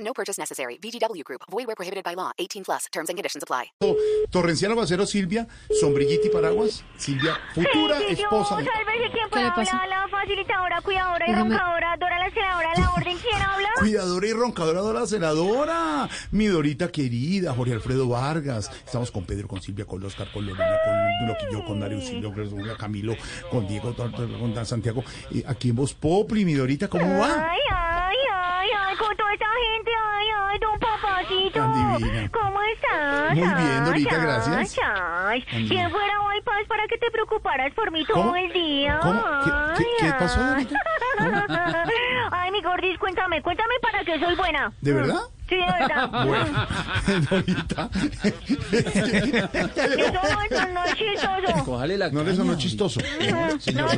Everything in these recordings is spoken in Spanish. No purchase necessary. VGW Group. Void where prohibited by law. 18 plus. Terms and conditions apply. Torrencial Aguacero, Silvia, sombrillita y paraguas. Silvia, futura Sí, yo, esposa de... ¿Sabes de quién puede le pasa? hablar? La facilitadora, cuidadora y Dígame. roncadora, Dora la celadora, la orden. ¿Quién habla? Cuidadora y roncadora, Dora Senadora. Mi Dorita querida, Jorge Alfredo Vargas. Estamos con Pedro, con Silvia, con Oscar, con Lorena, con Loquillo, con Dario Silvio, con Camilo, con Diego, con Dan Santiago. Eh, aquí en Voz Populi, mi Dorita, ¿cómo va? Ay, ay, ay, ay, con toda esa gente, ay, ay, don papacito. Tan divina. ¿Cómo estás? Muy bien, Dorita, Ay, gracias. Ay, Tan ay. divina. ¿Quién fuera hoy, Paz, para que te preocuparas por mí ¿Cómo? todo el día? ¿Cómo? ¿Qué- qué- qué Ay, pasó, ay. Dorita? Ay, mi gordis, cuéntame, cuéntame para que soy buena. ¿De verdad? Sí, de verdad. Bueno, Dorita. Eso no, no es chistoso. Cójale la No le caña, sonó hombre. chistoso. No, no, es chistoso,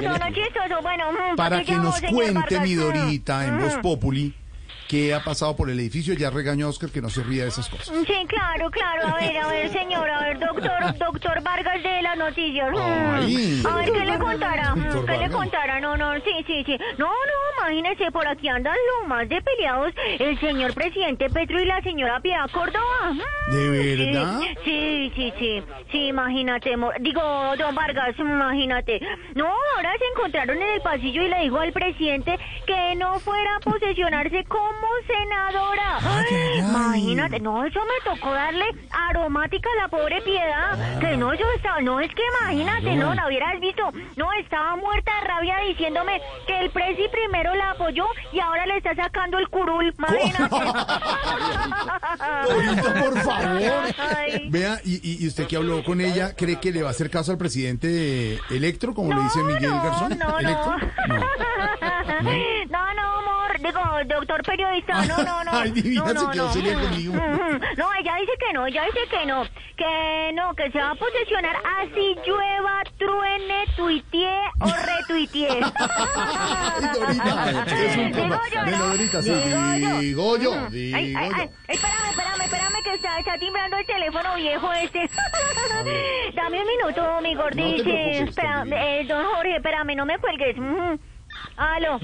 no, es chistoso. Bueno, mm, Para que ya nos vos, señor cuente, Vargas, mi mm, Dorita, en mm, Voz Populi, qué ha pasado por el edificio. Ya regañó a Oscar que no se ría de esas cosas. Sí, claro, claro. A ver, a ver, señor, a ver, doctor, doctor Vargas de las noticias. mm. Ay. a ver, ¿qué le contará? Mm, Doctor ¿Qué le Vargas. contará? No, no, sí, sí, sí. No, no, imagínese, por aquí andan lo más de peleados el señor presidente Petro y la señora Piedad Córdoba. Mm, ¿De sí, verdad? Sí, sí, sí. Sí, imagínate, mo- digo, don Vargas, imagínate. No, ahora se encontraron en el pasillo y le dijo al presidente que no fuera a posesionarse como senadora. ay, ay. Imagínate, no, eso me tocó darle aromática a la pobre piedad. Ah. Que no, yo estaba, no, es que imagínate, no, la hubieras visto. No, estaba muerta de rabia diciéndome que el presi primero la apoyó y ahora le está sacando el curul. Imagínate. Dorita, por favor. Ay. Vea, y, y- y usted que habló con ella, ¿cree que le va a hacer caso al presidente Electro, como le dice Miguel no, Garzón? No, ¿Electro? no. No, no, amor. Digo, doctor periodista, no, no, no. Ay, divina, no, se no, quedó no. seria conmigo. Ujú. No, ella dice que no, ella dice que no. Que no, que se va a posicionar así llueva, truene, tuitee o retuitee. Ay, Dorita, es un Digo poco- yo, Bueno, ¿no? Dorita, sí. Digo yo, digo Ay, ay, ay, yo. espérame, espérame, espérame que está, está timbrando el teléfono viejo este. Dame un minuto, mi No te gordiche. preocupes, Espera, tranquila. eh, don Jorge, espérame, no me cuelgues. Ujú. Aló.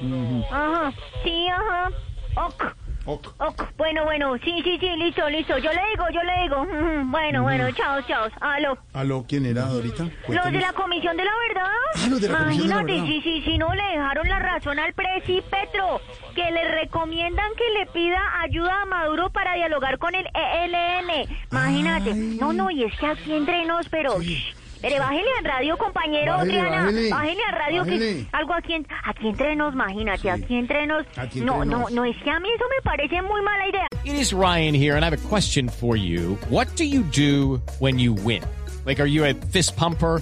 Ajá. Sí, ajá. Ok. Mm-hmm. Ok. Ok, bueno, bueno, sí, sí, sí, listo, listo. Yo le digo, yo le digo. Ujú. Bueno, bueno, Mm-hmm. chao, chao. Aló. ¿Aló? ¿Quién era, Dorita? Los de Cuéntanos. la Comisión de la Verdad. Ah, los de la Comisión de la Imagínate, Verdad. sí, sí, sí, no le dejaron la razón al presi Petro, que le recomiendan que le pida ayuda a Maduro para dialogar con el ELN. Imagínate. Ay. No, no, y es que aquí entre nos, pero... Sí. Pero bájele al radio, compañero, Bájele, Triana. bájele. Bájele, al radio, Bájele. que algo aquí, en- aquí entre nos, imagínate, Sí. aquí entre nos. Aquí entre no, nos. no, no, es que a mí eso me parece muy mala idea. It is Ryan here, and I have a question for you. What do you do when you win? Like, are you a fist pumper?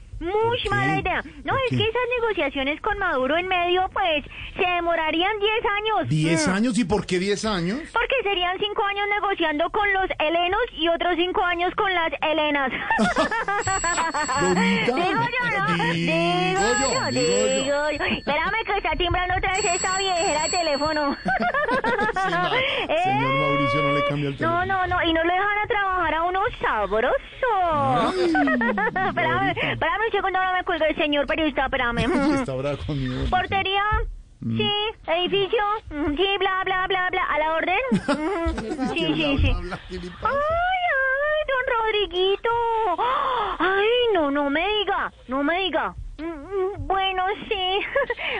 Muy qué? mala idea. No, ¿Por es qué? que esas negociaciones con Maduro en medio, pues, se demorarían 10 años. ¿Diez Mm. años? ¿Y por qué diez años? Porque serían 5 años negociando con los helenos y otros 5 años con las helenas. Dorita. digo yo, ¿no? Digo yo, digo digo yo. yo. Espérame que está timbrando otra vez esta viejera de teléfono. Eh, Señor Mauricio, no le cambia el teléfono. No, no, no, y no lo dejan a trabajar a unos sabrosos. espérame, espérame un segundo, no me cuelgue el señor periodista, espérame. Está bravo conmigo. Portería, sí, edificio, mm, sí, bla, bla, bla, bla, a la orden. Mm, Sí, sí, sí. Habla, ¿qué le Ay, pasa? ay, don Rodriguito. Ay, no, no me diga, no me diga. Mm, mm, Bueno, sí.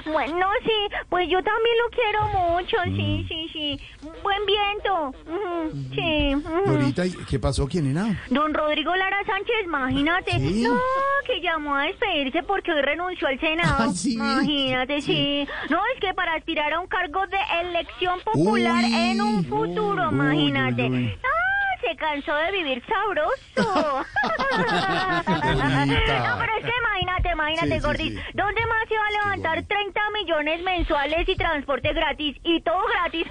Bueno, sí. Pues yo también lo quiero mucho. Sí, sí, sí. Buen viento. Ujú, Sí. mm. ujú. Dorita, ¿y ¿qué pasó? ¿Quién era? Don Rodrigo Lara Sánchez, imagínate. Sí. No, que llamó a despedirse porque hoy renunció al Senado. Ah, sí. Imagínate, sí. No, es que para aspirar a un cargo de elección popular Uy. en un futuro, Uy, imagínate. uy, uy. Ah, Se cansó de vivir sabroso. Bonita. no, pero es que imagínate, Sí, sí, imagínate, Gordis. sí. ¿Dónde más se va a levantar 30 millones mensuales y transporte gratis? Y todo gratis.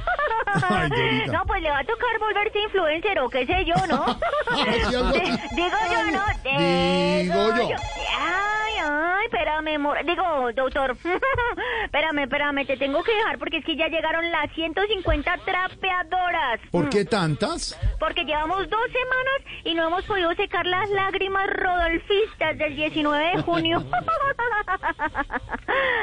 Ay, Dorita. no, pues le va a tocar volverse influencer o qué sé yo, ¿no? Sí, algo- Di- digo yo, ¿no? Digo yo. Ay, ay, espérame, amor. Digo, doctor. espérame, espérame, te tengo que dejar porque es que ya llegaron las 150 trapeadoras. ¿Por qué tantas? Porque llevamos dos semanas y no hemos podido secar las lágrimas rodolfistas del 19 de junio.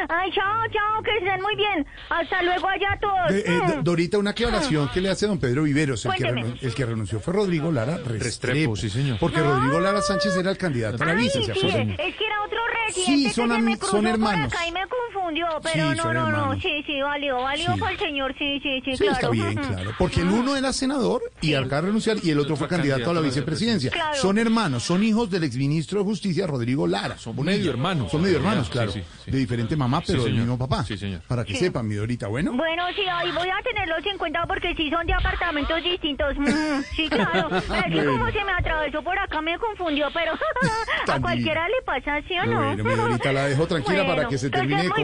Ay, chao, chao, que estén muy bien. Hasta luego allá todos. Eh, eh, Mm. Dorita, una aclaración que le hace don Pedro Viveros. El que, Cuénteme. renun- el que renunció fue Rodrigo Lara Restrepo. Restrepo, sí, señor. Porque Rodrigo Lara Sánchez era el candidato a la Ay, vice, sí, ¿se es acuerdan? que era otro residente Sí, que son se ami- me cruzó son hermanos. por acá y me confundió, pero Sí, no, son no, no, hermanos. sí, sí, valió, valió Sí. para el señor, sí, sí, sí, Sí, claro. Mm. está bien, claro. Porque el uno era senador y acaba de renunciar y el otro fue candidato a la vicepresidencia. Claro. Son hermanos, son hijos del exministro de Justicia Rodrigo Lara. Son medio hermanos. Son medio hermanos, Sí, claro. sí, sí. De diferente mamá, pero del señor. mismo papá. Sí, señor. Para que sepan, mi Dorita, bueno. Bueno, sí, ahí voy a tener los 50 porque sí son de apartamentos distintos. Mm, sí, claro. Es que como se me atravesó por acá me confundió, pero a Tan cualquiera le pasa, ¿sí o no? Bueno, mi Dorita la dejo tranquila para Bueno, que se termine de estés muy